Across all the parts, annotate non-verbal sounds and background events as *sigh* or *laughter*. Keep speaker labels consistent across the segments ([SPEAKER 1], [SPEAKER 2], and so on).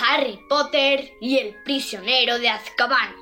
[SPEAKER 1] Harry Potter y el prisionero de Azkaban.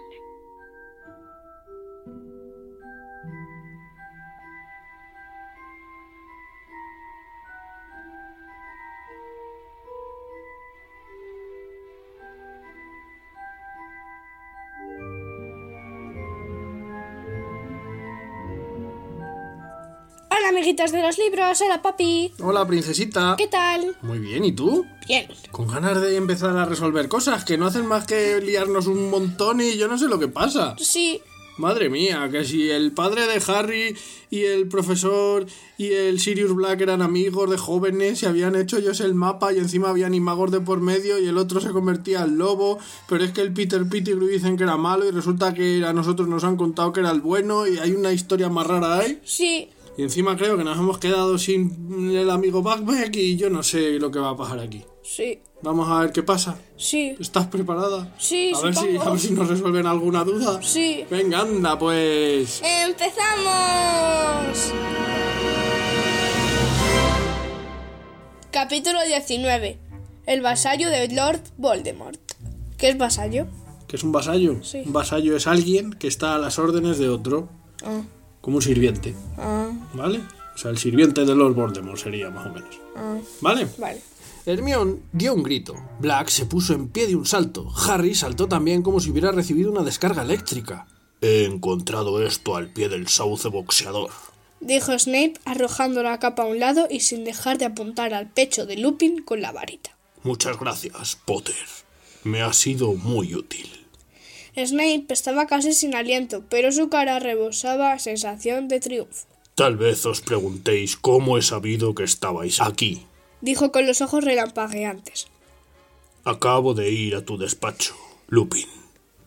[SPEAKER 2] Hola amiguitos de los libros, hola papi.
[SPEAKER 3] Hola, princesita.
[SPEAKER 2] ¿Qué tal?
[SPEAKER 3] Muy bien, ¿y tú?
[SPEAKER 2] Bien.
[SPEAKER 3] Con ganas de empezar a resolver cosas que no hacen más que liarnos un montón y yo no sé lo que pasa.
[SPEAKER 2] Sí,
[SPEAKER 3] Madre mía, que si el padre de Harry y el profesor y el Sirius Black eran amigos de jóvenes y habían hecho ellos el mapa y encima habían imagos de por medio y el otro se convertía en lobo, pero es que el Peter Pettigrew dicen que era malo y resulta que a nosotros nos han contado que era el bueno y hay una historia más rara ahí.
[SPEAKER 2] sí.
[SPEAKER 3] Y encima creo que nos hemos quedado sin el amigo Backback y yo no sé lo que va a pasar aquí.
[SPEAKER 2] Sí,
[SPEAKER 3] Vamos a ver qué pasa.
[SPEAKER 2] sí,
[SPEAKER 3] ¿Estás preparada?
[SPEAKER 2] Sí,
[SPEAKER 3] a ver, si,
[SPEAKER 2] supongo.
[SPEAKER 3] *laughs* a ver si nos resuelven alguna duda.
[SPEAKER 2] sí.
[SPEAKER 3] Venga, anda, pues.
[SPEAKER 2] ¡Empezamos! Capítulo 19. El vasallo de Lord Voldemort. ¿Qué es vasallo?
[SPEAKER 3] Que es un vasallo.
[SPEAKER 2] Sí.
[SPEAKER 3] Un vasallo es alguien que está a las órdenes de otro,
[SPEAKER 2] Ah,
[SPEAKER 3] como un sirviente,
[SPEAKER 2] ah,
[SPEAKER 3] ¿vale? O sea, el sirviente de Lord Voldemort sería más o menos.
[SPEAKER 2] ah.
[SPEAKER 3] ¿Vale?
[SPEAKER 2] Vale.
[SPEAKER 3] Hermione dio un grito. Black se puso en pie de un salto. Harry saltó también como si hubiera recibido una descarga eléctrica. He encontrado esto al pie del sauce boxeador.
[SPEAKER 2] Dijo Snape arrojando la capa a un lado y sin dejar de apuntar al pecho de Lupin con la varita.
[SPEAKER 3] Muchas gracias, Potter. Me ha sido muy útil.
[SPEAKER 2] Snape estaba casi sin aliento, pero su cara rebosaba sensación de triunfo.
[SPEAKER 3] Tal vez os preguntéis cómo he sabido que estabais aquí.
[SPEAKER 2] Dijo con los ojos relampagueantes.
[SPEAKER 3] Acabo de ir a tu despacho, Lupin.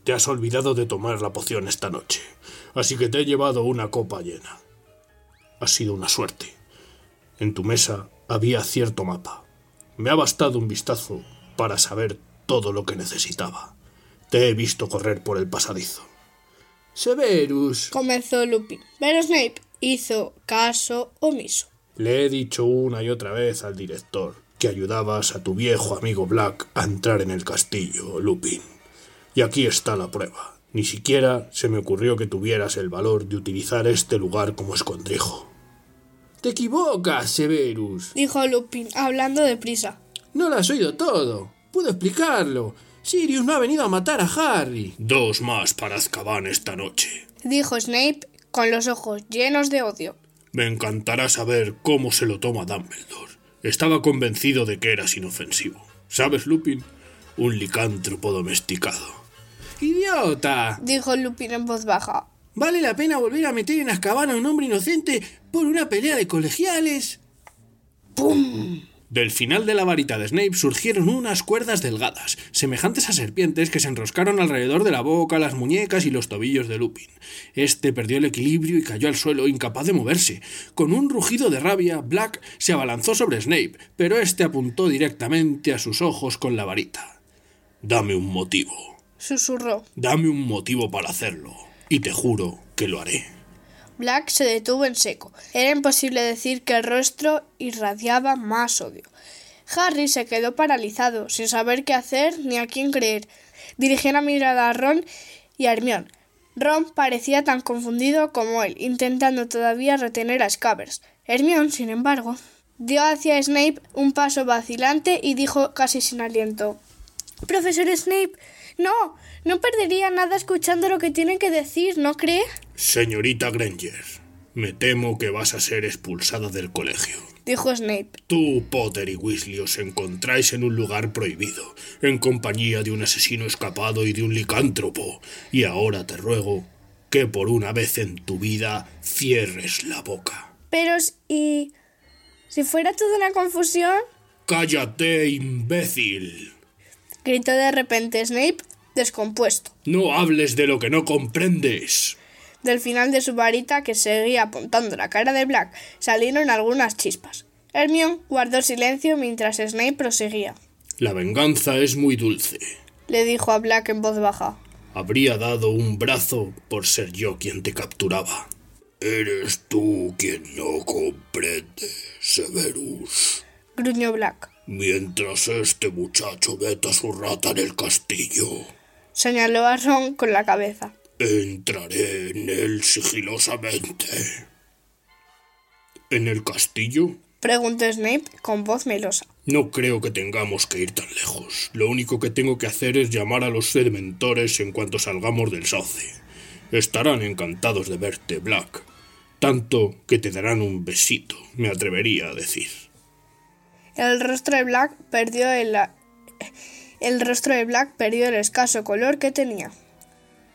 [SPEAKER 3] Te has olvidado de tomar la poción esta noche, así que te he llevado una copa llena. Ha sido una suerte. En tu mesa había cierto mapa. Me ha bastado un vistazo para saber todo lo que necesitaba. Te he visto correr por el pasadizo. Severus.
[SPEAKER 2] comenzó Lupin. Pero Snape hizo caso omiso.
[SPEAKER 3] Le he dicho una y otra vez al director que ayudabas a tu viejo amigo Black a entrar en el castillo, Lupin. Y aquí está la prueba. Ni siquiera se me ocurrió que tuvieras el valor de utilizar este lugar como escondrijo. Te equivocas, Severus.
[SPEAKER 2] Dijo Lupin, hablando deprisa.
[SPEAKER 3] No lo has oído todo. Puedo explicarlo. Sirius no ha venido a matar a Harry. Dos más para Azkaban esta noche.
[SPEAKER 2] Dijo Snape con los ojos llenos de odio.
[SPEAKER 3] Me encantará saber cómo se lo toma Dumbledore. Estaba convencido de que eras inofensivo. ¿Sabes, Lupin? Un licántropo domesticado. ¡Idiota!
[SPEAKER 2] Dijo Lupin en voz baja.
[SPEAKER 3] ¿Vale la pena volver a meter en Azkaban a un hombre inocente por una pelea de colegiales? ¡Pum! Del final de la varita de Snape surgieron unas cuerdas delgadas, semejantes a serpientes que se enroscaron alrededor de la boca, las muñecas y los tobillos de Lupin. Este perdió el equilibrio y cayó al suelo, incapaz de moverse. Con un rugido de rabia, Black se abalanzó sobre Snape, pero este apuntó directamente a sus ojos con la varita. Dame un motivo,
[SPEAKER 2] Susurró.
[SPEAKER 3] Dame un motivo para hacerlo, y te juro que lo haré.
[SPEAKER 2] Black se detuvo en seco. Era imposible decir que el rostro irradiaba más odio. Harry se quedó paralizado, sin saber qué hacer ni a quién creer. Dirigió la mirada a Ron y a Hermione. Ron parecía tan confundido como él, intentando todavía retener a Scabbers. Hermione, sin embargo, dio hacia Snape un paso vacilante y dijo casi sin aliento: Profesor Snape, no, no perdería nada escuchando lo que tiene que decir, ¿no cree?
[SPEAKER 3] Señorita Granger, me temo que vas a ser expulsada del colegio.
[SPEAKER 2] dijo Snape.
[SPEAKER 3] Tú, Potter y Weasley, os encontráis en un lugar prohibido, en compañía de un asesino escapado y de un licántropo. Y ahora te ruego que por una vez en tu vida cierres la boca.
[SPEAKER 2] Pero si... si fuera toda una confusión,
[SPEAKER 3] ¡Cállate, imbécil!
[SPEAKER 2] gritó de repente Snape, descompuesto,
[SPEAKER 3] No hables de lo que no comprendes.
[SPEAKER 2] Del final de su varita que seguía apuntando la cara de Black salieron algunas chispas. Hermione guardó silencio mientras Snape proseguía.
[SPEAKER 3] La venganza es muy dulce.
[SPEAKER 2] Le dijo a Black en voz baja.
[SPEAKER 3] Habría dado un brazo por ser yo quien te capturaba. Eres tú quien no comprende, Severus.
[SPEAKER 2] Gruñó Black.
[SPEAKER 3] Mientras este muchacho meta su rata en el castillo,
[SPEAKER 2] Señaló a Ron con la cabeza.
[SPEAKER 3] entraré en él sigilosamente. ¿En el castillo?
[SPEAKER 2] Preguntó Snape con voz melosa.
[SPEAKER 3] No creo que tengamos que ir tan lejos. Lo único que tengo que hacer es llamar a los dementores en cuanto salgamos del sauce. Estarán encantados de verte, Black. Tanto que te darán un besito, me atrevería a decir.
[SPEAKER 2] El rostro de Black perdió el... El rostro de Black perdió el escaso color que tenía.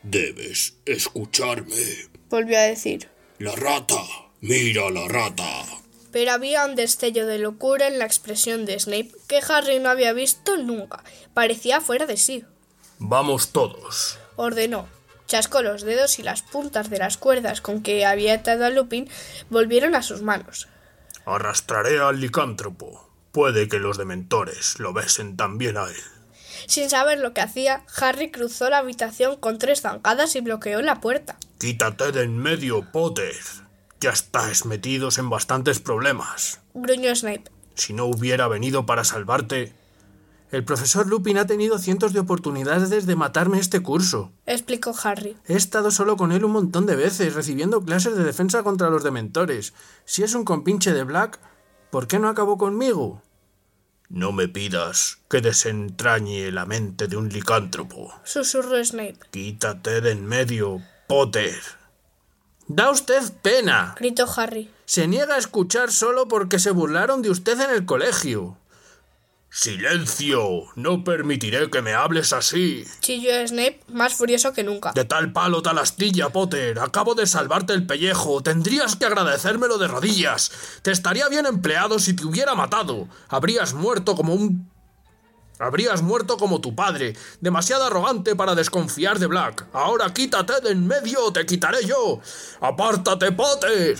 [SPEAKER 3] Debes escucharme.
[SPEAKER 2] Volvió a decir.
[SPEAKER 3] La rata. Mira la rata.
[SPEAKER 2] Pero había un destello de locura en la expresión de Snape que Harry no había visto nunca. Parecía fuera de sí.
[SPEAKER 3] Vamos todos.
[SPEAKER 2] Ordenó. Chascó los dedos y las puntas de las cuerdas con que había atado a Lupin volvieron a sus manos.
[SPEAKER 3] Arrastraré al licántropo. Puede que los dementores lo besen también a él.
[SPEAKER 2] Sin saber lo que hacía, Harry cruzó la habitación con tres zancadas y bloqueó la puerta.
[SPEAKER 3] Quítate de en medio, Potter. Ya estáis metidos en bastantes problemas.
[SPEAKER 2] Gruñó Snape.
[SPEAKER 3] Si no hubiera venido para salvarte. El profesor Lupin ha tenido cientos de oportunidades de matarme este curso.
[SPEAKER 2] Explicó Harry.
[SPEAKER 3] He estado solo con él un montón de veces, recibiendo clases de defensa contra los dementores. Si es un compinche de Black, ¿por qué no acabó conmigo? No me pidas que desentrañe la mente de un licántropo.
[SPEAKER 2] Susurró Snape.
[SPEAKER 3] Quítate de en medio, Potter. Da usted pena.
[SPEAKER 2] Gritó Harry.
[SPEAKER 3] Se niega a escuchar solo porque se burlaron de usted en el colegio. Silencio. No permitiré que me hables así.
[SPEAKER 2] Chilló Snape, más furioso que nunca.
[SPEAKER 3] De tal palo, tal astilla, Potter. Acabo de salvarte el pellejo. Tendrías que agradecérmelo de rodillas. Te estaría bien empleado si te hubiera matado. Habrías muerto como un... Habrías muerto como tu padre, demasiado arrogante para desconfiar de Black. Ahora quítate de en medio o te quitaré yo. Apártate, Potter.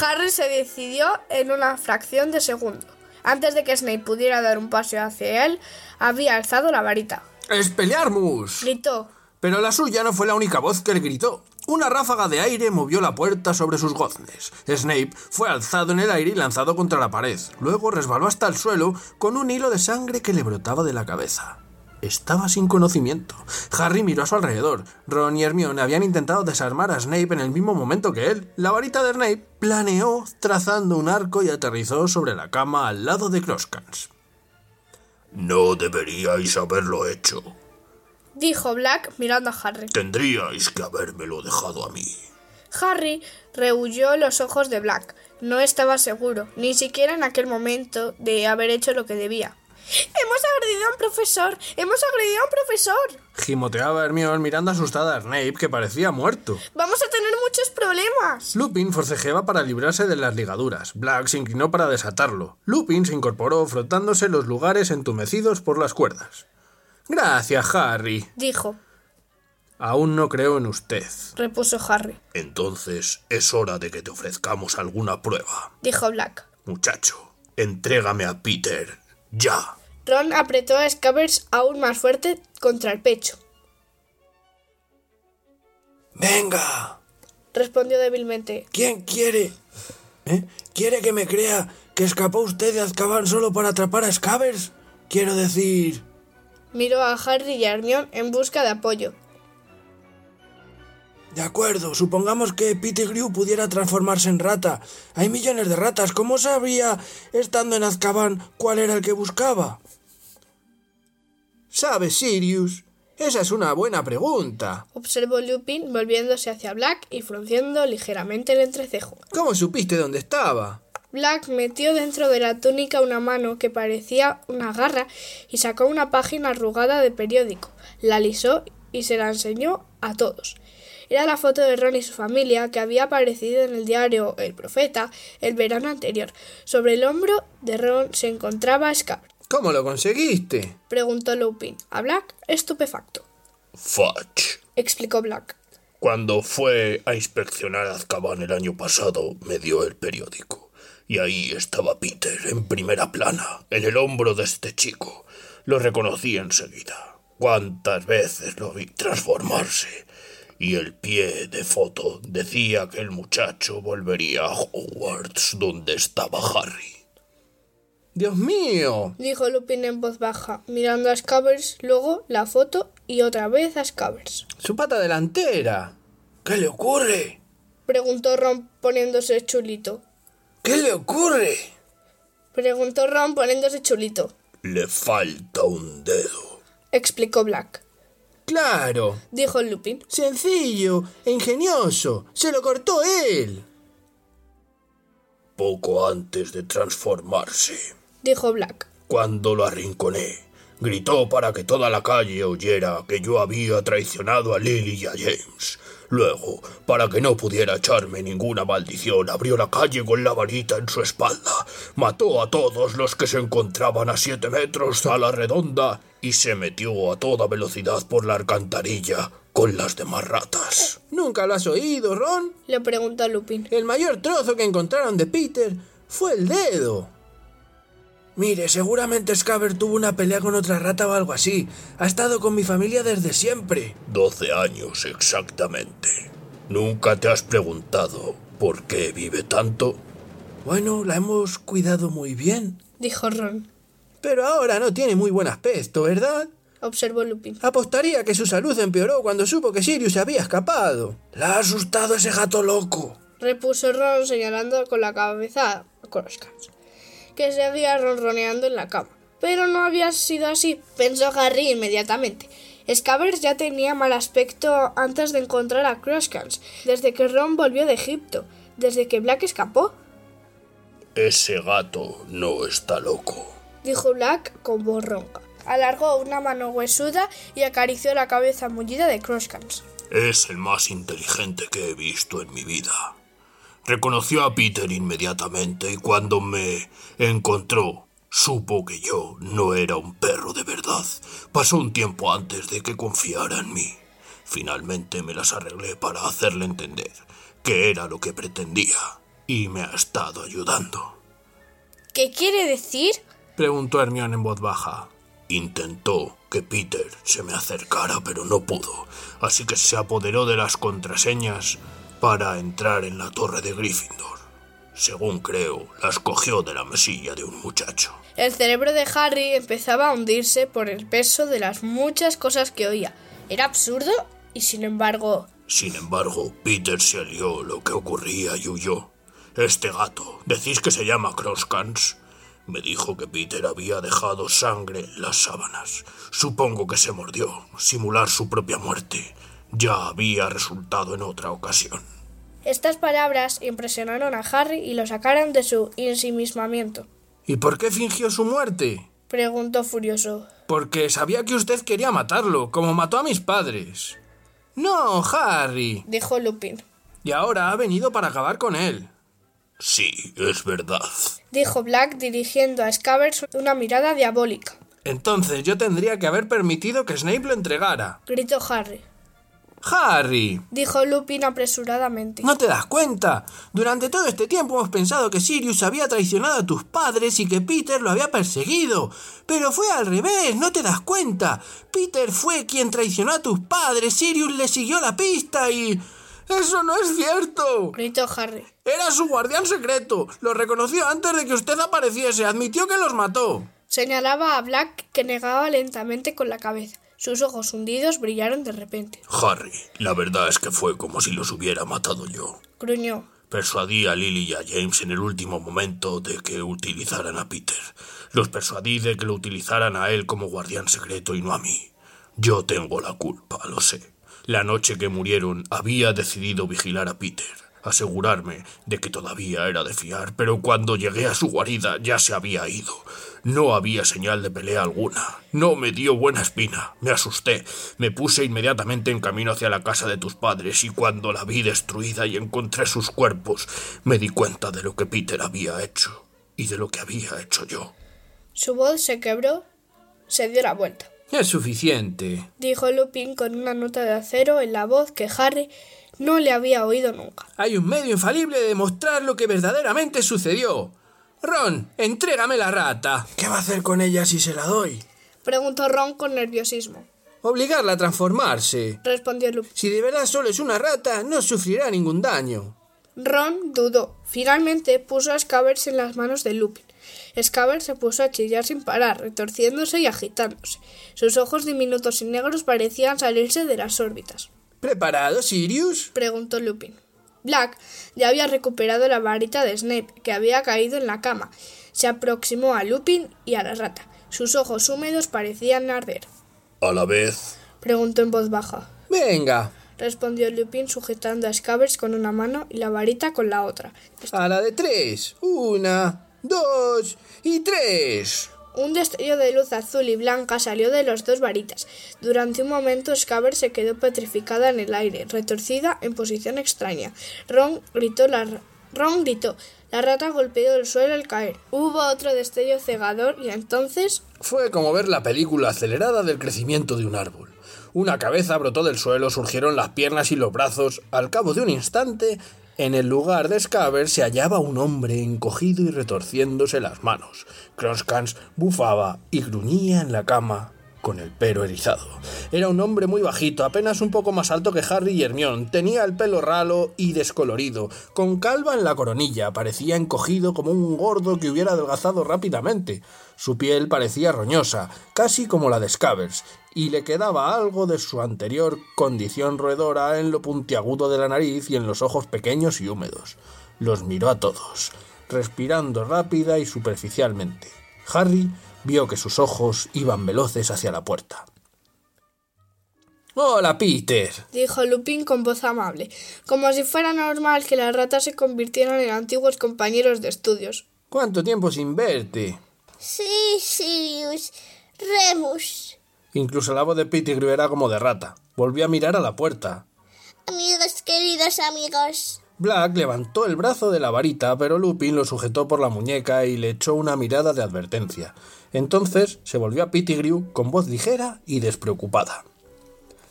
[SPEAKER 2] Harry se decidió en una fracción de segundo. Antes de que Snape pudiera dar un paso hacia él, había alzado la varita.
[SPEAKER 3] Espelearmus.
[SPEAKER 2] Gritó.
[SPEAKER 3] Pero la suya no fue la única voz que le gritó. Una ráfaga de aire movió la puerta sobre sus goznes. Snape fue alzado en el aire y lanzado contra la pared. Luego resbaló hasta el suelo con un hilo de sangre que le brotaba de la cabeza. Estaba sin conocimiento. Harry miró a su alrededor. Ron y Hermione habían intentado desarmar a Snape en el mismo momento que él. La varita de Snape planeó trazando un arco y aterrizó sobre la cama al lado de Crosscans. No deberíais haberlo hecho,
[SPEAKER 2] Dijo Black mirando a Harry.
[SPEAKER 3] Tendríais que habérmelo dejado a mí.
[SPEAKER 2] Harry rehuyó los ojos de Black. No estaba seguro, ni siquiera en aquel momento, de haber hecho lo que debía. ¡Hemos agredido a un profesor! ¡Hemos agredido a un profesor!
[SPEAKER 3] Gimoteaba Hermione mirando asustada a Snape, que parecía muerto.
[SPEAKER 2] ¡Vamos a tener muchos problemas!
[SPEAKER 3] Lupin forcejeaba para librarse de las ligaduras. Black se inclinó para desatarlo. Lupin se incorporó frotándose los lugares entumecidos por las cuerdas. Gracias, Harry.
[SPEAKER 2] Dijo,
[SPEAKER 3] Aún no creo en usted.
[SPEAKER 2] repuso Harry.
[SPEAKER 3] Entonces es hora de que te ofrezcamos alguna prueba.
[SPEAKER 2] Dijo Black.
[SPEAKER 3] Muchacho, entrégame a Peter. Ya.
[SPEAKER 2] Ron apretó a Scabbers aún más fuerte contra el pecho.
[SPEAKER 3] Venga.
[SPEAKER 2] Respondió débilmente.
[SPEAKER 3] ¿Quién quiere? ¿Eh? ¿Quiere que me crea que escapó usted de Azkaban solo para atrapar a Scabbers? Quiero decir...
[SPEAKER 2] Miró a Harry y a Hermione en busca de apoyo.
[SPEAKER 3] De acuerdo, supongamos que Pettigrew pudiera transformarse en rata. Hay millones de ratas. ¿Cómo sabría, estando en Azkaban, cuál era el que buscaba? ¿Sabes, Sirius? Esa es una buena pregunta.
[SPEAKER 2] Observó Lupin volviéndose hacia Black y frunciendo ligeramente el entrecejo.
[SPEAKER 3] ¿Cómo supiste dónde estaba?
[SPEAKER 2] Black metió dentro de la túnica una mano que parecía una garra y sacó una página arrugada de periódico, la alisó y se la enseñó a todos. Era la foto de Ron y su familia que había aparecido en el diario El Profeta el verano anterior. Sobre el hombro de Ron se encontraba Scar.
[SPEAKER 4] ¿Cómo lo conseguiste?
[SPEAKER 2] Preguntó Lupin a Black, estupefacto.
[SPEAKER 3] Fudge.
[SPEAKER 2] Explicó Black.
[SPEAKER 3] Cuando fue a inspeccionar Azkaban el año pasado, me dio el periódico. Y ahí estaba Peter, en primera plana, en el hombro de este chico. Lo reconocí enseguida. Cuántas veces lo vi transformarse. Y el pie de foto decía que el muchacho volvería a Hogwarts, donde estaba Harry.
[SPEAKER 4] ¡Dios mío!
[SPEAKER 2] Dijo Lupin en voz baja, mirando a Scabbers, luego la foto y otra vez a Scabbers.
[SPEAKER 4] ¡Su pata delantera!
[SPEAKER 5] ¿Qué le ocurre?
[SPEAKER 2] Preguntó Ron poniéndose chulito.
[SPEAKER 5] ¿Qué le ocurre?
[SPEAKER 2] Preguntó Ron poniéndose chulito.
[SPEAKER 3] Le falta un dedo.
[SPEAKER 2] Explicó Black.
[SPEAKER 4] ¡Claro!
[SPEAKER 2] Dijo Lupin.
[SPEAKER 4] Sencillo, e ingenioso. Se lo cortó él.
[SPEAKER 3] Poco antes de transformarse,
[SPEAKER 2] Dijo Black.
[SPEAKER 3] cuando lo arrinconé, gritó para que toda la calle oyera que yo había traicionado a Lily y a James. Luego, para que no pudiera echarme ninguna maldición, abrió la calle con la varita en su espalda, mató a todos los que se encontraban a siete metros a la redonda y se metió a toda velocidad por la alcantarilla con las demás ratas.
[SPEAKER 4] ¿Nunca lo has oído, Ron?
[SPEAKER 2] Le preguntó Lupin.
[SPEAKER 4] El mayor trozo que encontraron de Peter fue el dedo.
[SPEAKER 5] Mire, seguramente Scaber tuvo una pelea con otra rata o algo así. Ha estado con mi familia desde siempre.
[SPEAKER 3] Doce años exactamente. ¿Nunca te has preguntado por qué vive tanto?
[SPEAKER 5] Bueno, la hemos cuidado muy bien.
[SPEAKER 2] Dijo Ron.
[SPEAKER 4] Pero ahora no tiene muy buen aspecto, ¿verdad?
[SPEAKER 2] Observó Lupin.
[SPEAKER 4] Apostaría que su salud empeoró cuando supo que Sirius se había escapado.
[SPEAKER 5] La ha asustado ese gato loco.
[SPEAKER 2] Repuso Ron señalando con la cabeza a Crosscans, que seguía ronroneando en la cama. Pero no había sido así, pensó Harry inmediatamente. Scabbers ya tenía mal aspecto antes de encontrar a Crosscans, desde que Ron volvió de Egipto, desde que Black escapó,
[SPEAKER 3] Ese gato no está loco.
[SPEAKER 2] dijo Black con voz ronca. Alargó una mano huesuda y acarició la cabeza mullida de Crosscans.
[SPEAKER 3] Es el más inteligente que he visto en mi vida. Reconoció a Peter inmediatamente y cuando me encontró, supo que yo no era un perro de verdad. Pasó un tiempo antes de que confiara en mí. Finalmente me las arreglé para hacerle entender que era lo que pretendía y me ha estado ayudando.
[SPEAKER 2] ¿Qué quiere decir?
[SPEAKER 4] Preguntó Hermión en voz baja.
[SPEAKER 3] Intentó que Peter se me acercara, pero no pudo, así que se apoderó de las contraseñas para entrar en la torre de Gryffindor. Según creo, las cogió de la mesilla de un muchacho.
[SPEAKER 2] El cerebro de Harry empezaba a hundirse por el peso de las muchas cosas que oía. Era absurdo y sin embargo...
[SPEAKER 3] Sin embargo, Peter se alió lo que ocurría y huyó. Este gato, decís que se llama Crosskans, me dijo que Peter había dejado sangre en las sábanas. Supongo que se mordió, simular su propia muerte. Ya había resultado en otra ocasión.
[SPEAKER 2] Estas palabras impresionaron a Harry y lo sacaron de su ensimismamiento.
[SPEAKER 4] ¿Y por qué fingió su muerte?
[SPEAKER 2] Preguntó furioso.
[SPEAKER 4] Porque sabía que usted quería matarlo, como mató a mis padres. No, Harry.
[SPEAKER 2] Dijo Lupin.
[SPEAKER 4] Y ahora ha venido para acabar con él.
[SPEAKER 3] Sí, es verdad.
[SPEAKER 2] Dijo Black dirigiendo a Scabbers una mirada diabólica.
[SPEAKER 4] Entonces yo tendría que haber permitido que Snape lo entregara.
[SPEAKER 2] Gritó Harry.
[SPEAKER 4] Harry.
[SPEAKER 2] Dijo Lupin apresuradamente.
[SPEAKER 4] ¿No te das cuenta? Durante todo este tiempo hemos pensado que Sirius había traicionado a tus padres y que Peter lo había perseguido. Pero fue al revés, ¿no te das cuenta? Peter fue quien traicionó a tus padres, Sirius le siguió la pista y... ¡Eso no es cierto!
[SPEAKER 2] Gritó Harry.
[SPEAKER 4] Era su guardián secreto. Lo reconoció antes de que usted apareciese. Admitió que los mató.
[SPEAKER 2] Señalaba a Black que negaba lentamente con la cabeza. Sus ojos hundidos brillaron de repente.
[SPEAKER 3] Harry, la verdad es que fue como si los hubiera matado yo.
[SPEAKER 2] Gruñó.
[SPEAKER 3] Persuadí a Lily y a James en el último momento de que utilizaran a Peter. Los persuadí de que lo utilizaran a él como guardián secreto y no a mí. Yo tengo la culpa, lo sé. La noche que murieron había decidido vigilar a Peter,
[SPEAKER 6] asegurarme de que todavía era de fiar, pero cuando llegué a su guarida ya se había ido. No había señal de pelea alguna. No me dio buena espina. Me asusté. Me puse inmediatamente en camino hacia la casa de tus padres y cuando la vi destruida y encontré sus cuerpos, me di cuenta de lo que Peter había hecho y de lo que había hecho yo.
[SPEAKER 2] Su voz se quebró, se dio la vuelta.
[SPEAKER 3] Es suficiente.
[SPEAKER 2] Dijo Lupin con una nota de acero en la voz que Harry no le había oído nunca.
[SPEAKER 3] Hay un medio infalible de demostrar lo que verdaderamente sucedió. Ron, entrégame la rata.
[SPEAKER 7] ¿Qué va a hacer con ella si se la doy?
[SPEAKER 2] Preguntó Ron con nerviosismo.
[SPEAKER 3] Obligarla a transformarse.
[SPEAKER 2] Respondió Lupin.
[SPEAKER 3] Si de verdad solo es una rata, no sufrirá ningún daño.
[SPEAKER 2] Ron dudó. Finalmente puso a Scabbers en las manos de Lupin. Scabbers se puso a chillar sin parar, retorciéndose y agitándose. Sus ojos diminutos y negros parecían salirse de las órbitas.
[SPEAKER 3] ¿Preparado, Sirius?
[SPEAKER 2] preguntó Lupin. Black ya había recuperado la varita de Snape, que había caído en la cama. Se aproximó a Lupin y a la rata. Sus ojos húmedos parecían arder.
[SPEAKER 6] A la vez,
[SPEAKER 2] Preguntó en voz baja.
[SPEAKER 3] Venga,
[SPEAKER 2] Respondió Lupin sujetando a Scabbers con una mano y la varita con la otra.
[SPEAKER 3] a la de tres. Una, dos y tres.
[SPEAKER 2] Un destello de luz azul y blanca salió de las dos varitas. Durante un momento Scabbers se quedó petrificada en el aire, retorcida en posición extraña. Ron gritó la ra- Ron gritó. La rata golpeó el suelo al caer. Hubo otro destello cegador y entonces
[SPEAKER 3] Fue como ver la película acelerada del crecimiento de un árbol. Una cabeza brotó del suelo, surgieron las piernas y los brazos. Al cabo de un instante, en el lugar de Scabbers se hallaba un hombre encogido y retorciéndose las manos. Croscans bufaba y gruñía en la cama con el pelo erizado. Era un hombre muy bajito, apenas un poco más alto que Harry y Hermión. Tenía el pelo ralo y descolorido, con calva en la coronilla. Parecía encogido como un gordo que hubiera adelgazado rápidamente. Su piel parecía roñosa, casi como la de Scabbers, y le quedaba algo de su anterior condición roedora en lo puntiagudo de la nariz y en los ojos pequeños y húmedos. Los miró a todos, respirando rápida y superficialmente. Harry vio que sus ojos iban veloces hacia la puerta. Hola, Peter.
[SPEAKER 2] dijo Lupin con voz amable, como si fuera normal que las ratas se convirtieran en antiguos compañeros de estudios.
[SPEAKER 3] ¿Cuánto tiempo sin verte?
[SPEAKER 8] Sí, Sirius. Remus.
[SPEAKER 3] Incluso la voz de Pettigrew era como de rata. Volvió a mirar a la puerta.
[SPEAKER 8] Amigos, queridos amigos.
[SPEAKER 3] Black levantó el brazo de la varita, pero Lupin lo sujetó por la muñeca y le echó una mirada de advertencia. Entonces se volvió a Pettigrew con voz ligera y despreocupada.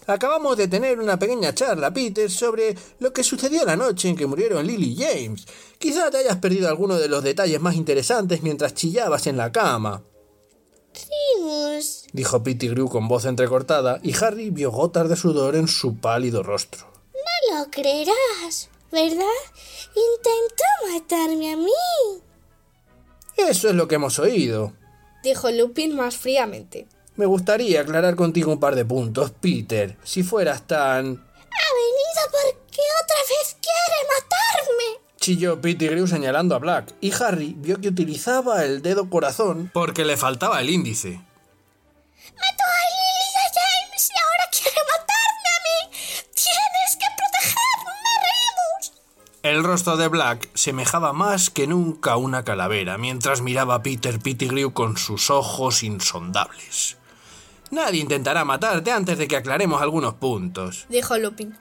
[SPEAKER 3] Acabamos de tener una pequeña charla, Peter, sobre lo que sucedió la noche en que murieron Lily y James. Quizá te hayas perdido alguno de los detalles más interesantes mientras chillabas en la cama,
[SPEAKER 8] Remus.
[SPEAKER 3] dijo Pettigrew con voz entrecortada, y Harry vio gotas de sudor en su pálido rostro.
[SPEAKER 8] No lo creerás, ¿verdad? Intentó matarme a mí.
[SPEAKER 3] Eso es lo que hemos oído.
[SPEAKER 2] Dijo Lupin más fríamente.
[SPEAKER 3] Me gustaría aclarar contigo un par de puntos, Peter. Si fueras tan...
[SPEAKER 8] Ha venido porque otra vez quiere matarme.
[SPEAKER 3] Chilló Pettigrew señalando a Black, y Harry vio que utilizaba el dedo corazón porque le faltaba el índice.
[SPEAKER 8] Mató a Lily y a James y ahora quiere matarme a mí. Tienes que protegerme, Remus.
[SPEAKER 3] El rostro de Black semejaba más que nunca una calavera mientras miraba a Peter Pettigrew con sus ojos insondables. Nadie intentará matarte antes de que aclaremos algunos puntos,
[SPEAKER 2] Dijo Lupin.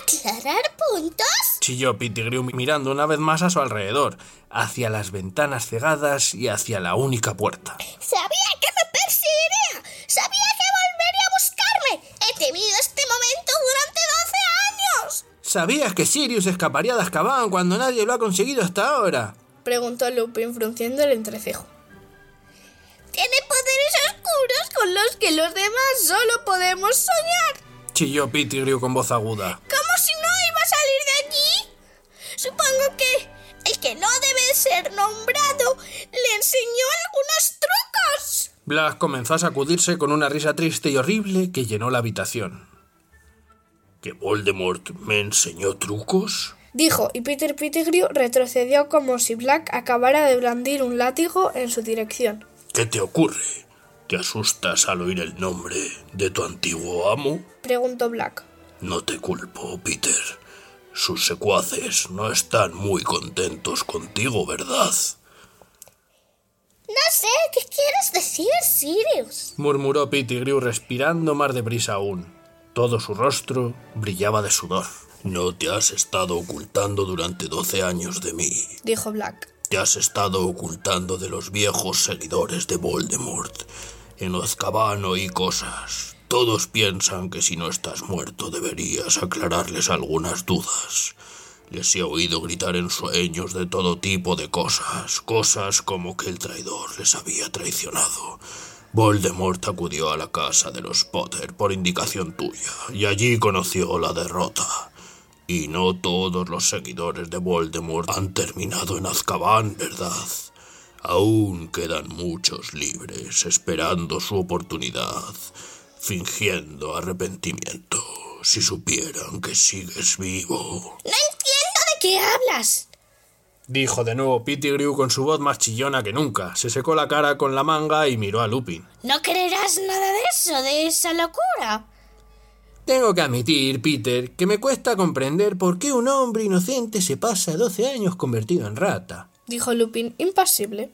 [SPEAKER 8] ¿Aclarar puntos?
[SPEAKER 3] chilló Pettigrew mirando una vez más a su alrededor, hacia las ventanas cegadas y hacia la única puerta.
[SPEAKER 8] Sabía que me perseguiría. Sabía que volvería a buscarme. He temido este momento durante 12 años.
[SPEAKER 3] ¿Sabías que Sirius escaparía de Azkaban cuando nadie lo ha conseguido hasta ahora?
[SPEAKER 2] Preguntó Lupin frunciendo el entrecejo.
[SPEAKER 8] Tiene poderes oscuros con los que los demás solo podemos soñar.
[SPEAKER 3] chilló Pettigrew con voz aguda.
[SPEAKER 8] Como si no iba a salir de allí. Supongo que el que no debe ser nombrado le enseñó algunos trucos.
[SPEAKER 3] Blas comenzó a sacudirse con una risa triste y horrible que llenó la habitación.
[SPEAKER 6] que Voldemort me enseñó trucos.
[SPEAKER 2] Dijo, y Peter Pettigrew retrocedió como si Black acabara de blandir un látigo en su dirección.
[SPEAKER 6] ¿Qué te ocurre? ¿Te asustas al oír el nombre de tu antiguo amo?
[SPEAKER 2] Preguntó Black.
[SPEAKER 6] No te culpo, Peter.
[SPEAKER 3] Sus secuaces no están muy contentos contigo, ¿verdad?
[SPEAKER 8] No sé, ¿qué quieres decir, Sirius?
[SPEAKER 4] murmuró Pettigrew respirando más deprisa aún. Todo su rostro brillaba de sudor.
[SPEAKER 3] No te has estado ocultando durante doce años de mí.
[SPEAKER 2] dijo Black.
[SPEAKER 3] Te has estado ocultando de los viejos seguidores de Voldemort. En Azkaban y cosas. Todos piensan que si no estás muerto deberías aclararles algunas dudas. Les he oído gritar en sueños de todo tipo de cosas, cosas como que el traidor les había traicionado. Voldemort acudió a la casa de los Potter por indicación tuya, y allí conoció la derrota. Y no todos los seguidores de Voldemort han terminado en Azkaban, ¿verdad? Aún quedan muchos libres esperando su oportunidad, fingiendo arrepentimiento. Si supieran que sigues vivo.
[SPEAKER 8] No entiendo de qué hablas.
[SPEAKER 4] Dijo de nuevo Pettigrew con su voz más chillona que nunca. Se secó la cara con la manga y miró a Lupin.
[SPEAKER 8] No creerás nada de eso, de esa locura.
[SPEAKER 4] Tengo que admitir, Peter, que me cuesta comprender por qué un hombre inocente se pasa 12 años convertido en rata.
[SPEAKER 2] Dijo Lupin impasible.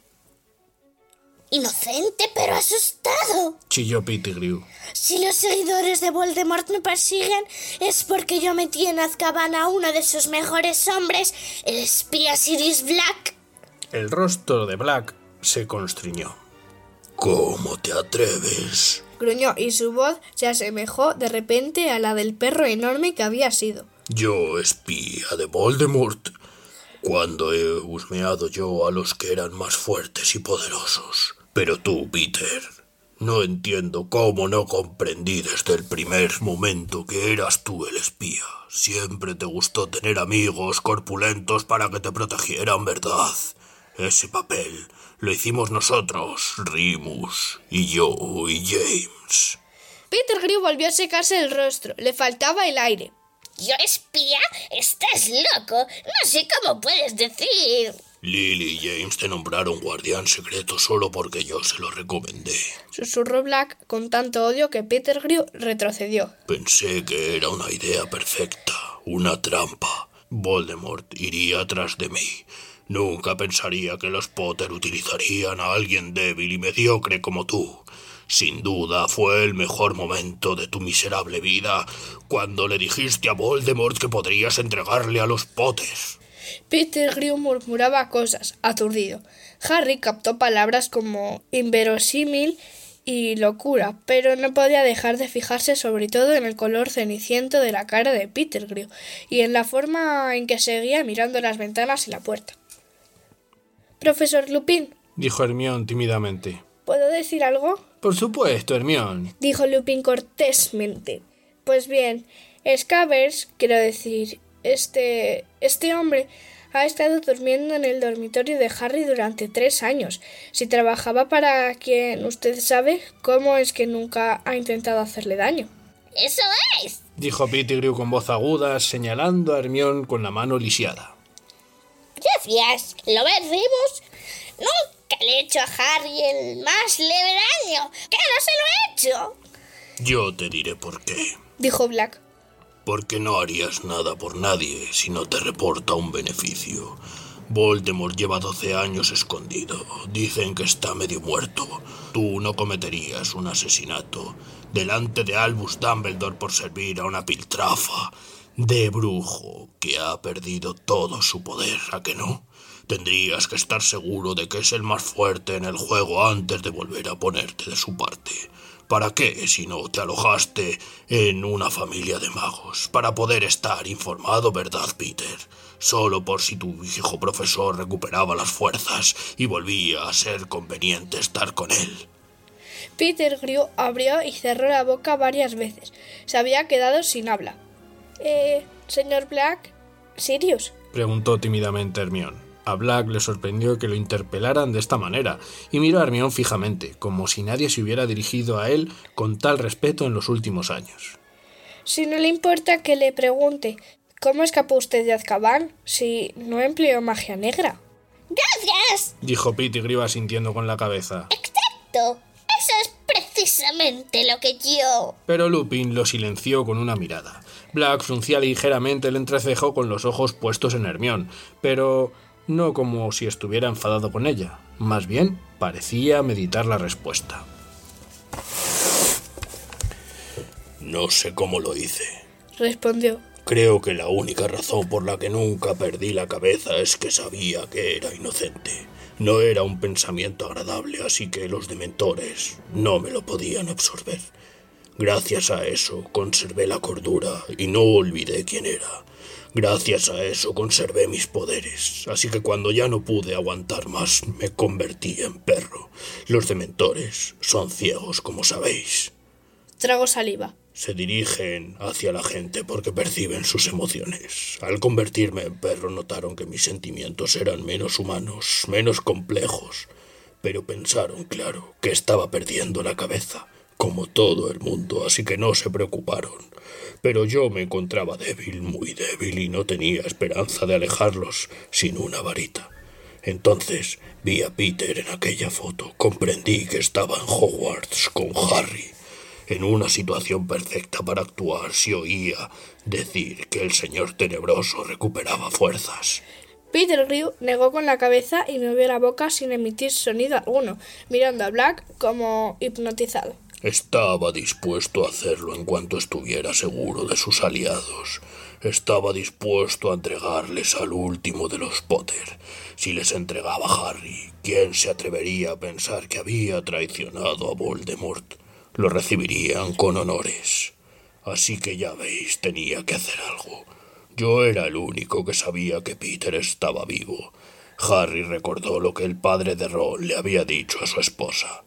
[SPEAKER 8] Inocente pero asustado.
[SPEAKER 4] Chilló Pettigrew.
[SPEAKER 8] Si los seguidores de Voldemort me persiguen, es porque yo metí en Azkaban a uno de sus mejores hombres, el espía Sirius Black.
[SPEAKER 4] El rostro de Black se constriñó.
[SPEAKER 3] ¿Cómo te atreves?
[SPEAKER 2] Gruñó y su voz se asemejó de repente a la del perro enorme que había sido.
[SPEAKER 3] Yo, espía de Voldemort, cuando he husmeado yo a los que eran más fuertes y poderosos. Pero tú, Peter, no entiendo cómo no comprendí desde el primer momento que eras tú el espía. Siempre te gustó tener amigos corpulentos para que te protegieran, ¿verdad? Ese papel lo hicimos nosotros, Rimus, y yo, y James.
[SPEAKER 2] Peter Grew volvió a secarse el rostro. Le faltaba el aire.
[SPEAKER 8] ¿Yo espía? ¿Estás loco? No sé cómo puedes decir.
[SPEAKER 3] Lily y James te nombraron guardián secreto solo porque yo se lo recomendé.
[SPEAKER 2] Susurró Black con tanto odio que Peter Grew retrocedió.
[SPEAKER 3] Pensé que era una idea perfecta, una trampa. Voldemort iría tras de mí. Nunca pensaría que los Potter utilizarían a alguien débil y mediocre como tú. Sin duda fue el mejor momento de tu miserable vida cuando le dijiste a Voldemort que podrías entregarle a los Potter.
[SPEAKER 2] Peter Grew murmuraba cosas, aturdido. Harry captó palabras como inverosímil y locura, pero no podía dejar de fijarse sobre todo en el color ceniciento de la cara de Peter Grew y en la forma en que seguía mirando las ventanas y la puerta. Profesor Lupin,
[SPEAKER 4] Dijo Hermión tímidamente.
[SPEAKER 2] ¿puedo decir algo?
[SPEAKER 4] Por supuesto, Hermión.
[SPEAKER 2] dijo Lupin cortésmente. Pues bien, Scabbers, quiero decir, este, este hombre ha estado durmiendo en el dormitorio de Harry durante tres años. Si trabajaba para quien usted sabe, ¿cómo es que nunca ha intentado hacerle daño?
[SPEAKER 8] ¡Eso es!
[SPEAKER 4] Dijo Pettigrew con voz aguda, señalando a Hermión con la mano lisiada.
[SPEAKER 8] Gracias. ¿Lo ves, Remus? Nunca le he hecho a Harry el más leve daño. ¡Que no se lo he hecho!
[SPEAKER 3] Yo te diré por qué.
[SPEAKER 2] dijo Black.
[SPEAKER 3] porque no harías nada por nadie si no te reporta un beneficio. Voldemort lleva 12 años escondido. Dicen que está medio muerto. Tú no cometerías un asesinato delante de Albus Dumbledore por servir a una piltrafa de brujo que ha perdido todo su poder, ¿a que no? Tendrías que estar seguro de que es el más fuerte en el juego antes de volver a ponerte de su parte. ¿Para qué si no te alojaste en una familia de magos? Para poder estar informado, ¿verdad, Peter? Solo por si tu hijo profesor recuperaba las fuerzas y volvía a ser conveniente estar con él.
[SPEAKER 2] Peter Grew abrió y cerró la boca varias veces. Se había quedado sin habla. Eh, señor Black, Sirius,
[SPEAKER 4] preguntó tímidamente Hermión. A Black le sorprendió que lo interpelaran de esta manera, y miró a Hermión fijamente, como si nadie se hubiera dirigido a él con tal respeto en los últimos años.
[SPEAKER 2] Si no le importa que le pregunte cómo escapó usted de Azkaban si no empleó magia negra.
[SPEAKER 8] ¡Gracias!
[SPEAKER 4] Dijo Pettigrew asintiendo con la cabeza.
[SPEAKER 8] ¡Exacto! ¡Eso es precisamente lo que yo.
[SPEAKER 5] Pero Lupin lo silenció con una mirada. Black fruncía ligeramente el entrecejo con los ojos puestos en Hermión, pero no como si estuviera enfadado con ella. Más bien, parecía meditar la respuesta.
[SPEAKER 3] No sé cómo lo hice.
[SPEAKER 2] respondió.
[SPEAKER 3] Creo que la única razón por la que nunca perdí la cabeza es que sabía que era inocente. No era un pensamiento agradable, así que los dementores no me lo podían absorber. Gracias a eso conservé la cordura y no olvidé quién era. Gracias a eso conservé mis poderes, así que cuando ya no pude aguantar más me convertí en perro. Los dementores son ciegos, como sabéis.
[SPEAKER 2] Trago saliva.
[SPEAKER 3] Se dirigen hacia la gente porque perciben sus emociones. Al convertirme en perro notaron que mis sentimientos eran menos humanos, menos complejos, pero pensaron, claro, que estaba perdiendo la cabeza, como todo el mundo, así que no se preocuparon. Pero yo me encontraba débil, muy débil, y no tenía esperanza de alejarlos sin una varita. Entonces vi a Peter en aquella foto, comprendí que estaba en Hogwarts con Harry en una situación perfecta para actuar si oía decir que el señor tenebroso recuperaba fuerzas.
[SPEAKER 2] Peter Ryu negó con la cabeza y movió la boca sin emitir sonido alguno, mirando a Black como hipnotizado.
[SPEAKER 3] Estaba dispuesto a hacerlo en cuanto estuviera seguro de sus aliados. Estaba dispuesto a entregarles al último de los Potter. Si les entregaba a Harry, ¿quién se atrevería a pensar que había traicionado a Voldemort? lo recibirían con honores. Así que ya veis, tenía que hacer algo. Yo era el único que sabía que Peter estaba vivo. Harry recordó lo que el padre de Ron le había dicho a su esposa.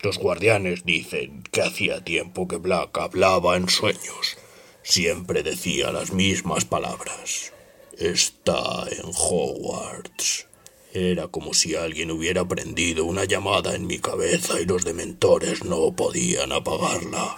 [SPEAKER 3] Los guardianes dicen que hacía tiempo que Black hablaba en sueños. Siempre decía las mismas palabras. Está en Hogwarts. Era como si alguien hubiera prendido una llamada en mi cabeza y los dementores no podían apagarla.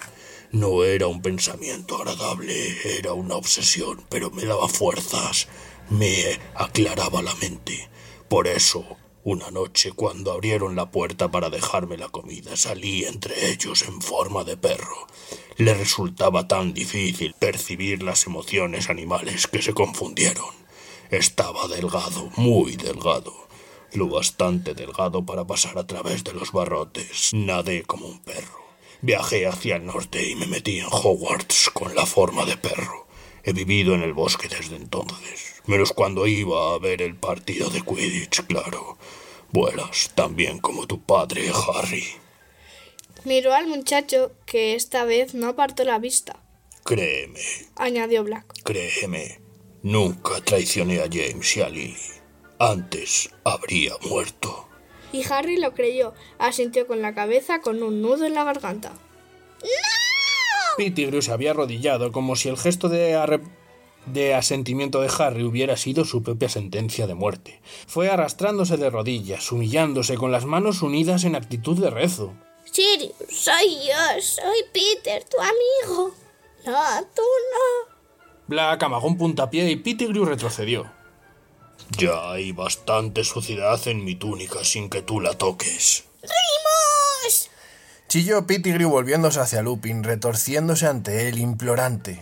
[SPEAKER 3] No era un pensamiento agradable, era una obsesión, pero me daba fuerzas, me aclaraba la mente. Por eso, una noche cuando abrieron la puerta para dejarme la comida, salí entre ellos en forma de perro. Le resultaba tan difícil percibir las emociones animales que se confundieron. Estaba delgado, muy delgado, lo bastante delgado para pasar a través de los barrotes. Nadé como un perro. Viajé hacia el norte y me metí en Hogwarts con la forma de perro. He vivido en el bosque desde entonces, menos cuando iba a ver el partido de Quidditch, claro. Vuelas también como tu padre, Harry.
[SPEAKER 2] Miró al muchacho, que esta vez no apartó la vista,
[SPEAKER 3] Créeme,
[SPEAKER 2] añadió Black.
[SPEAKER 3] créeme, nunca traicioné a James y a Lily. Antes habría muerto.
[SPEAKER 2] Y Harry lo creyó, asintió con la cabeza con un nudo en la garganta.
[SPEAKER 5] Pettigrew se había arrodillado como si el gesto de, arre- de asentimiento de Harry hubiera sido su propia sentencia de muerte. Fue arrastrándose de rodillas, humillándose con las manos unidas en actitud de rezo.
[SPEAKER 8] Sirius, soy yo, soy Peter, tu amigo. No, tú no.
[SPEAKER 5] Black amagó un puntapié y Pettigrew retrocedió.
[SPEAKER 3] Ya hay bastante suciedad en mi túnica sin que tú la toques.
[SPEAKER 8] ¡Rimos!
[SPEAKER 9] Chilló Pettigrew volviéndose hacia Lupin, retorciéndose ante él, implorante.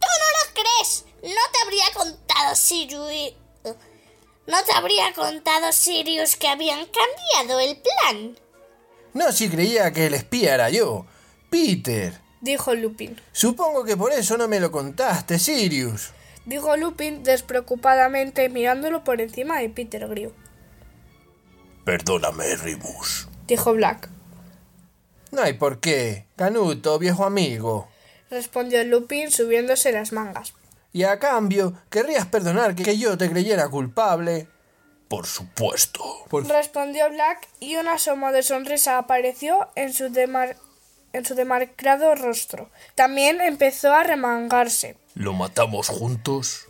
[SPEAKER 8] ¡Tú no lo crees! No te habría contado, Sirius. No te habría contado, Sirius, que habían cambiado el plan.
[SPEAKER 9] No, si creía que el espía era yo. Peter.
[SPEAKER 2] Dijo Lupin.
[SPEAKER 9] Supongo que por eso no me lo contaste, Sirius.
[SPEAKER 2] Dijo Lupin despreocupadamente mirándolo por encima de Peter Grew.
[SPEAKER 3] Perdóname, Ribus.
[SPEAKER 2] Dijo Black.
[SPEAKER 9] No hay por qué. Canuto, viejo amigo.
[SPEAKER 2] Respondió Lupin subiéndose las mangas.
[SPEAKER 9] Y a cambio, querrías perdonar que- que yo te creyera culpable.
[SPEAKER 3] Por supuesto.
[SPEAKER 9] Por
[SPEAKER 2] Respondió Black y un asomo de sonrisa apareció en su, demar- en su demarcado rostro. También empezó a remangarse.
[SPEAKER 3] ¿Lo matamos juntos?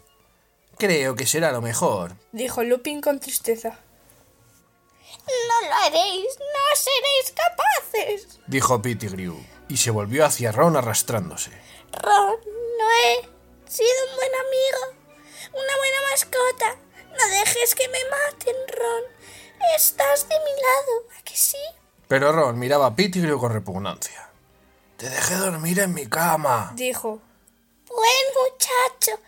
[SPEAKER 9] Creo que será lo mejor.
[SPEAKER 2] Dijo Lupin con tristeza.
[SPEAKER 8] No lo haréis, no seréis capaces.
[SPEAKER 9] Dijo Pettigrew. Y se volvió hacia Ron arrastrándose.
[SPEAKER 8] Ron, no he sido un buen amigo, una buena mascota. No dejes que me maten, Ron. Estás de mi lado, ¿a que sí?
[SPEAKER 9] Pero Ron miraba a Pitigrew con repugnancia. Te dejé dormir en mi cama.
[SPEAKER 2] dijo.
[SPEAKER 8] Buen muchacho,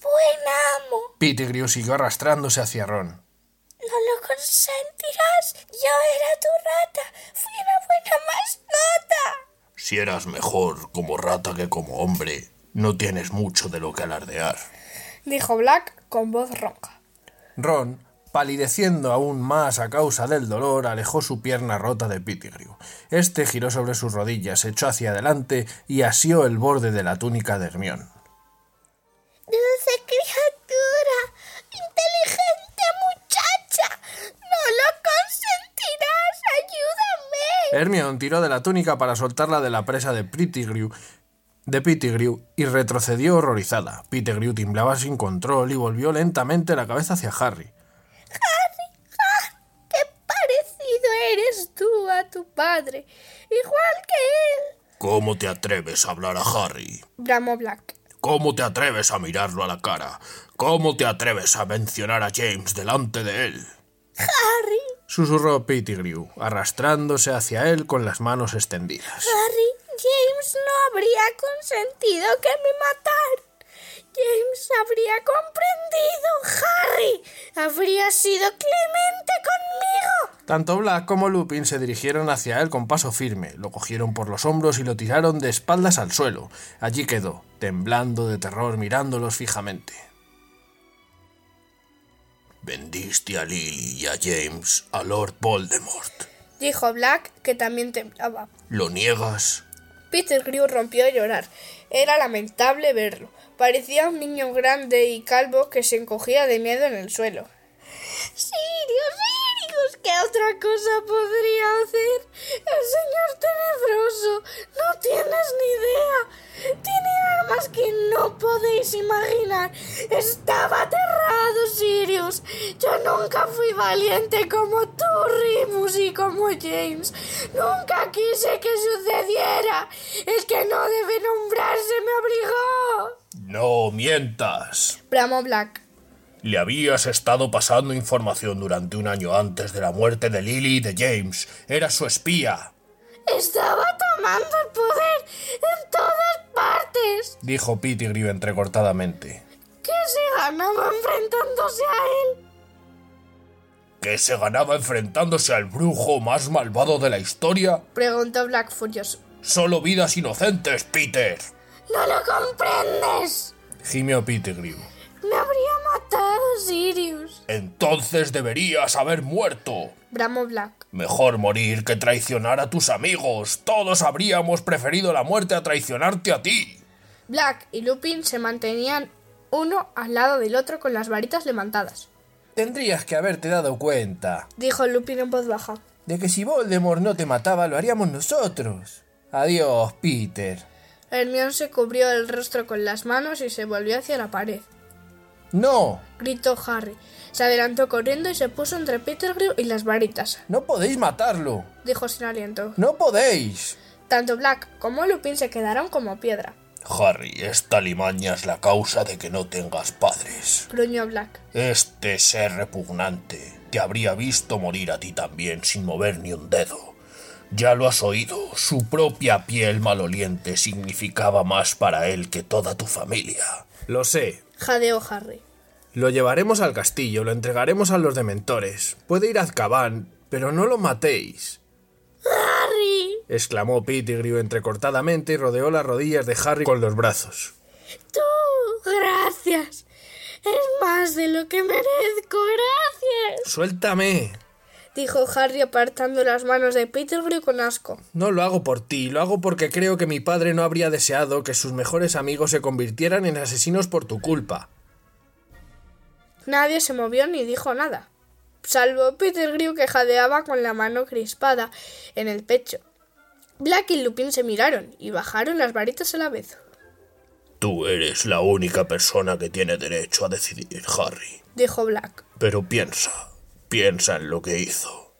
[SPEAKER 8] buen amo.
[SPEAKER 9] Pitigrew siguió arrastrándose hacia Ron.
[SPEAKER 8] No lo consentirás. Yo era tu rata. Fui una buena mascota.
[SPEAKER 3] Si eras mejor como rata que como hombre, no tienes mucho de lo que alardear.
[SPEAKER 2] Dijo Black con voz ronca.
[SPEAKER 9] Ron, palideciendo aún más a causa del dolor, alejó su pierna rota de Pitigrew. Este giró sobre sus rodillas, se echó hacia adelante y asió el borde de la túnica de Hermión.
[SPEAKER 8] Dulce criatura, inteligente muchacha. No lo consentirás. Ayúdame.
[SPEAKER 9] Hermión tiró de la túnica para soltarla de la presa de Pitigrew, de Pitigrew y retrocedió horrorizada. Pitigrew temblaba sin control y volvió lentamente la cabeza hacia Harry.
[SPEAKER 8] Qué parecido eres tú a tu padre. Igual que él.
[SPEAKER 3] ¿Cómo te atreves a hablar a Harry?
[SPEAKER 2] Bramó Black.
[SPEAKER 3] ¿Cómo te atreves a mirarlo a la cara? ¿Cómo te atreves a mencionar a James delante de él?
[SPEAKER 8] Harry,
[SPEAKER 9] Susurró Pitigrew, arrastrándose hacia él con las manos extendidas.
[SPEAKER 8] Harry, James no habría consentido que me mataran. James habría comprendido. Harry habría sido clemente conmigo.
[SPEAKER 9] Tanto Black como Lupin se dirigieron hacia él con paso firme, lo cogieron por los hombros y lo tiraron de espaldas al suelo. Allí quedó, temblando de terror mirándolos fijamente.
[SPEAKER 3] Vendiste a Lily y a James a Lord Voldemort.
[SPEAKER 2] Dijo Black, que también temblaba.
[SPEAKER 3] ¿Lo niegas?
[SPEAKER 2] Peter Grew rompió a llorar. Era lamentable verlo. Parecía un niño grande y calvo que se encogía de miedo en el suelo.
[SPEAKER 8] Sirius, Sirius, ¿qué otra cosa podría hacer? El señor tenebroso, no tienes ni idea. Tiene armas que no podéis imaginar. Estaba aterrado, Sirius. Yo nunca fui valiente como tú, Remus, y como James. Nunca quise que sucediera. El que no debe nombrarse me obligó.
[SPEAKER 3] No mientas.
[SPEAKER 2] Bramó Black.
[SPEAKER 3] Le habías estado pasando información durante un año antes de la muerte de Lily y de James. Era su espía.
[SPEAKER 8] Estaba tomando el poder en todas partes.
[SPEAKER 9] Dijo Pitigrew entrecortadamente.
[SPEAKER 8] ¿Qué se ganaba enfrentándose a él?
[SPEAKER 3] Que se ganaba enfrentándose al brujo más malvado de la historia.
[SPEAKER 2] Preguntó Black furioso.
[SPEAKER 3] Solo vidas inocentes, Peter.
[SPEAKER 8] ¡No lo comprendes!
[SPEAKER 9] Gimió Pitigrew.
[SPEAKER 8] Me habría matado Sirius.
[SPEAKER 3] Entonces deberías haber muerto.
[SPEAKER 2] Bramó Black.
[SPEAKER 3] Mejor morir que traicionar a tus amigos. Todos habríamos preferido la muerte a traicionarte a ti.
[SPEAKER 2] Black y Lupin se mantenían uno al lado del otro con las varitas levantadas.
[SPEAKER 9] Tendrías que haberte dado cuenta
[SPEAKER 2] Dijo Lupin en voz baja.
[SPEAKER 9] de que si Voldemort no te mataba lo haríamos nosotros. Adiós, Peter.
[SPEAKER 2] Hermión se cubrió el rostro con las manos y se volvió hacia la pared.
[SPEAKER 9] No,
[SPEAKER 2] Gritó Harry. Se adelantó corriendo y se puso entre Petergrew y las varitas.
[SPEAKER 9] no podéis matarlo.
[SPEAKER 2] Dijo sin aliento.
[SPEAKER 9] No podéis.
[SPEAKER 2] Tanto Black como Lupin se quedaron como piedra.
[SPEAKER 3] Harry, esta limaña es la causa de que no tengas padres.
[SPEAKER 2] Gruñó Black.
[SPEAKER 3] Este ser repugnante te habría visto morir a ti también sin mover ni un dedo. Ya lo has oído, su propia piel maloliente significaba más para él que toda tu familia.
[SPEAKER 9] Lo sé.
[SPEAKER 2] Jadeó Harry.
[SPEAKER 9] Lo llevaremos al castillo, lo entregaremos a los dementores. Puede ir a Azkaban, pero no lo matéis.
[SPEAKER 8] Harry,
[SPEAKER 9] exclamó Pettigrew entrecortadamente y rodeó las rodillas de Harry con los brazos.
[SPEAKER 8] tú. Gracias. Es más de lo que merezco. Gracias.
[SPEAKER 9] ¡Suéltame!
[SPEAKER 2] Dijo Harry apartando las manos de Petergrew con asco.
[SPEAKER 9] No lo hago por ti, lo hago porque creo que mi padre no habría deseado que sus mejores amigos se convirtieran en asesinos por tu culpa.
[SPEAKER 2] Nadie se movió ni dijo nada, salvo Petergrew que jadeaba con la mano crispada en el pecho. Black y Lupin se miraron y bajaron las varitas a la vez,
[SPEAKER 3] Tú eres la única persona que tiene derecho a decidir, Harry.
[SPEAKER 2] dijo Black,
[SPEAKER 3] Pero piensa, piensa en lo que hizo.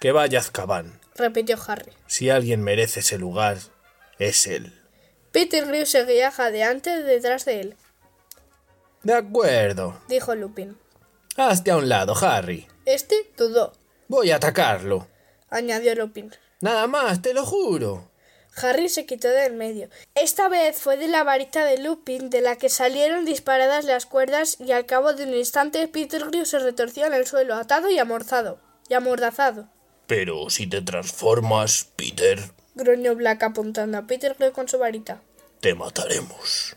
[SPEAKER 9] Que vaya Azkaban.
[SPEAKER 2] repitió Harry.
[SPEAKER 9] Si alguien merece ese lugar, es él.
[SPEAKER 2] Petergrew seguía jadeante detrás de él,
[SPEAKER 9] De acuerdo.
[SPEAKER 2] dijo Lupin.
[SPEAKER 9] Hazte a un lado, Harry.
[SPEAKER 2] Este dudó.
[SPEAKER 9] Voy a atacarlo.
[SPEAKER 2] añadió Lupin.
[SPEAKER 3] Nada más, te lo juro.
[SPEAKER 2] Harry se quitó de en medio. Esta vez fue de la varita de Lupin de la que salieron disparadas las cuerdas y al cabo de un instante Pettigrew se retorció en el suelo, atado y amorzado, y amordazado.
[SPEAKER 10] Pero si te transformas, Peter,
[SPEAKER 2] Gruñó Black apuntando a Pettigrew con su varita.
[SPEAKER 10] te mataremos.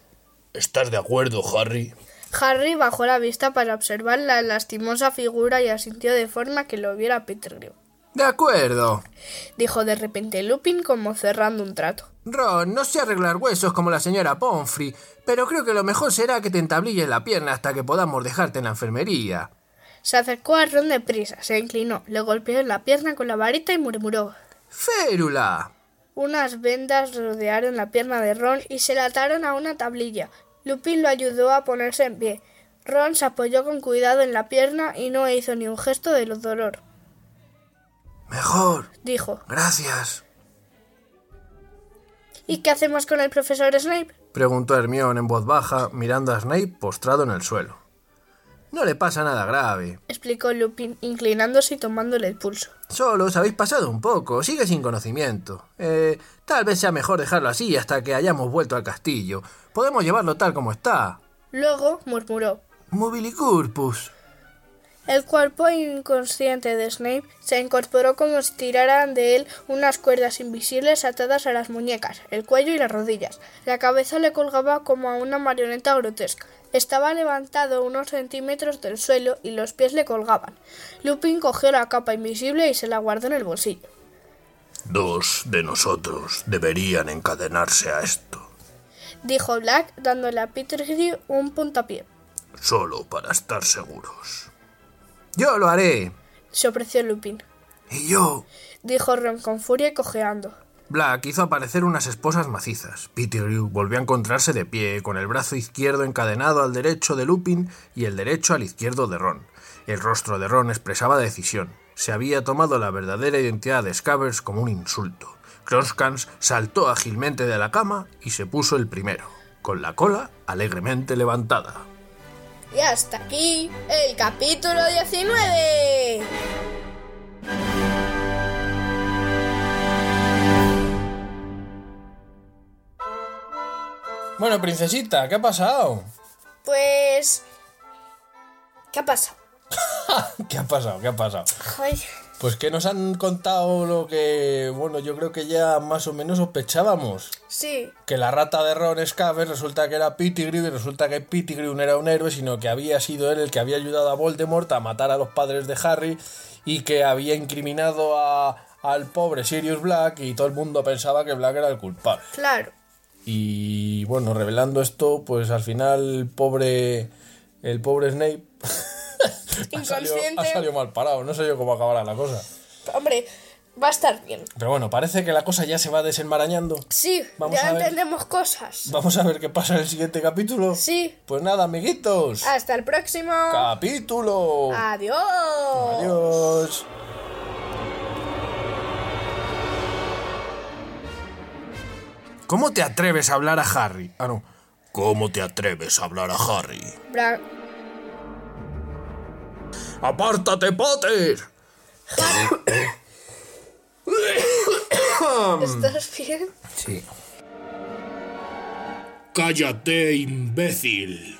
[SPEAKER 10] ¿Estás de acuerdo, Harry?
[SPEAKER 2] Harry bajó la vista para observar la lastimosa figura y asintió de forma que lo viera Pettigrew.
[SPEAKER 3] De acuerdo.
[SPEAKER 2] Dijo de repente Lupin como cerrando un trato.
[SPEAKER 3] Ron, no sé arreglar huesos como la señora Pomfrey, pero creo que lo mejor será que te entablilles la pierna hasta que podamos dejarte en la enfermería.
[SPEAKER 2] Se acercó a Ron deprisa, se inclinó, le golpeó en la pierna con la varita y murmuró.
[SPEAKER 3] ¡Férula!
[SPEAKER 2] Unas vendas rodearon la pierna de Ron y se la ataron a una tablilla. Lupin lo ayudó a ponerse en pie. Ron se apoyó con cuidado en la pierna y no hizo ni un gesto de dolor.
[SPEAKER 3] Mejor.
[SPEAKER 2] Dijo,
[SPEAKER 3] Gracias.
[SPEAKER 2] ¿y qué hacemos con el profesor Snape?
[SPEAKER 11] Preguntó Hermión en voz baja, mirando a Snape postrado en el suelo.
[SPEAKER 3] No le pasa nada grave.
[SPEAKER 2] explicó Lupin, inclinándose y tomándole el pulso.
[SPEAKER 3] Solo os habéis pasado un poco, sigue sin conocimiento. Eh, tal vez sea mejor dejarlo así hasta que hayamos vuelto al castillo. Podemos llevarlo tal como está.
[SPEAKER 2] Luego murmuró,
[SPEAKER 3] Mobilicurpus.
[SPEAKER 2] El cuerpo inconsciente de Snape se incorporó como si tiraran de él unas cuerdas invisibles atadas a las muñecas, el cuello y las rodillas. La cabeza le colgaba como a una marioneta grotesca. Estaba levantado unos centímetros del suelo y los pies le colgaban. Lupin cogió la capa invisible y se la guardó en el bolsillo.
[SPEAKER 10] Dos de nosotros deberían encadenarse a esto,
[SPEAKER 2] Dijo Black dándole a Pettigrew un puntapié.
[SPEAKER 10] solo para estar seguros.
[SPEAKER 3] Yo lo haré.
[SPEAKER 2] Se ofreció Lupin.
[SPEAKER 3] Y yo.
[SPEAKER 2] Dijo Ron con furia y cojeando.
[SPEAKER 3] Black hizo aparecer unas esposas macizas. Pettigrew volvió a encontrarse de pie, con el brazo izquierdo encadenado al derecho de Lupin y el derecho al izquierdo de Ron. El rostro de Ron expresaba decisión. Se había tomado la verdadera identidad de Scabbers como un insulto. Crosskans saltó ágilmente de la cama y se puso el primero, con la cola alegremente levantada.
[SPEAKER 12] Y hasta aquí el capítulo 19.
[SPEAKER 11] Bueno, princesita, ¿qué ha pasado? *laughs*
[SPEAKER 12] Pues... ¿Qué pasa?
[SPEAKER 11] ¿Qué ha pasado? ¿Qué ha pasado?
[SPEAKER 12] Ay,
[SPEAKER 11] Pues que nos han contado lo que, bueno, yo creo que ya más o menos sospechábamos.
[SPEAKER 12] sí,
[SPEAKER 11] Que la rata de Ron Scabbers resulta que era Pettigrew y resulta que Pettigrew no era un héroe, sino que había sido él el que había ayudado a Voldemort a matar a los padres de Harry y que había incriminado a, al pobre Sirius Black y todo el mundo pensaba que Black era el culpable.
[SPEAKER 2] Claro.
[SPEAKER 11] Y bueno, revelando esto, pues al final el pobre, el pobre Snape *laughs* ha, salido,
[SPEAKER 12] Inconsciente.
[SPEAKER 11] ha salido mal parado, no sé yo cómo acabará la cosa.
[SPEAKER 12] hombre, va a estar bien.
[SPEAKER 11] Pero bueno, parece que la cosa ya se va desenmarañando.
[SPEAKER 12] Sí,
[SPEAKER 11] Vamos
[SPEAKER 12] ya
[SPEAKER 11] a ver.
[SPEAKER 12] entendemos cosas.
[SPEAKER 11] Vamos a ver qué pasa en el siguiente capítulo.
[SPEAKER 12] Sí,
[SPEAKER 11] Pues nada, amiguitos.
[SPEAKER 12] hasta el próximo.
[SPEAKER 11] Capítulo.
[SPEAKER 12] Adiós.
[SPEAKER 11] Adiós.
[SPEAKER 3] ¿Cómo te atreves a hablar a Harry? Ah, no.
[SPEAKER 10] ¿Cómo te atreves a hablar a Harry?
[SPEAKER 2] Bra-
[SPEAKER 10] ¡Apártate, Potter!
[SPEAKER 11] Mm.
[SPEAKER 12] ¿Estás bien?
[SPEAKER 3] Sí.
[SPEAKER 13] Cállate, imbécil.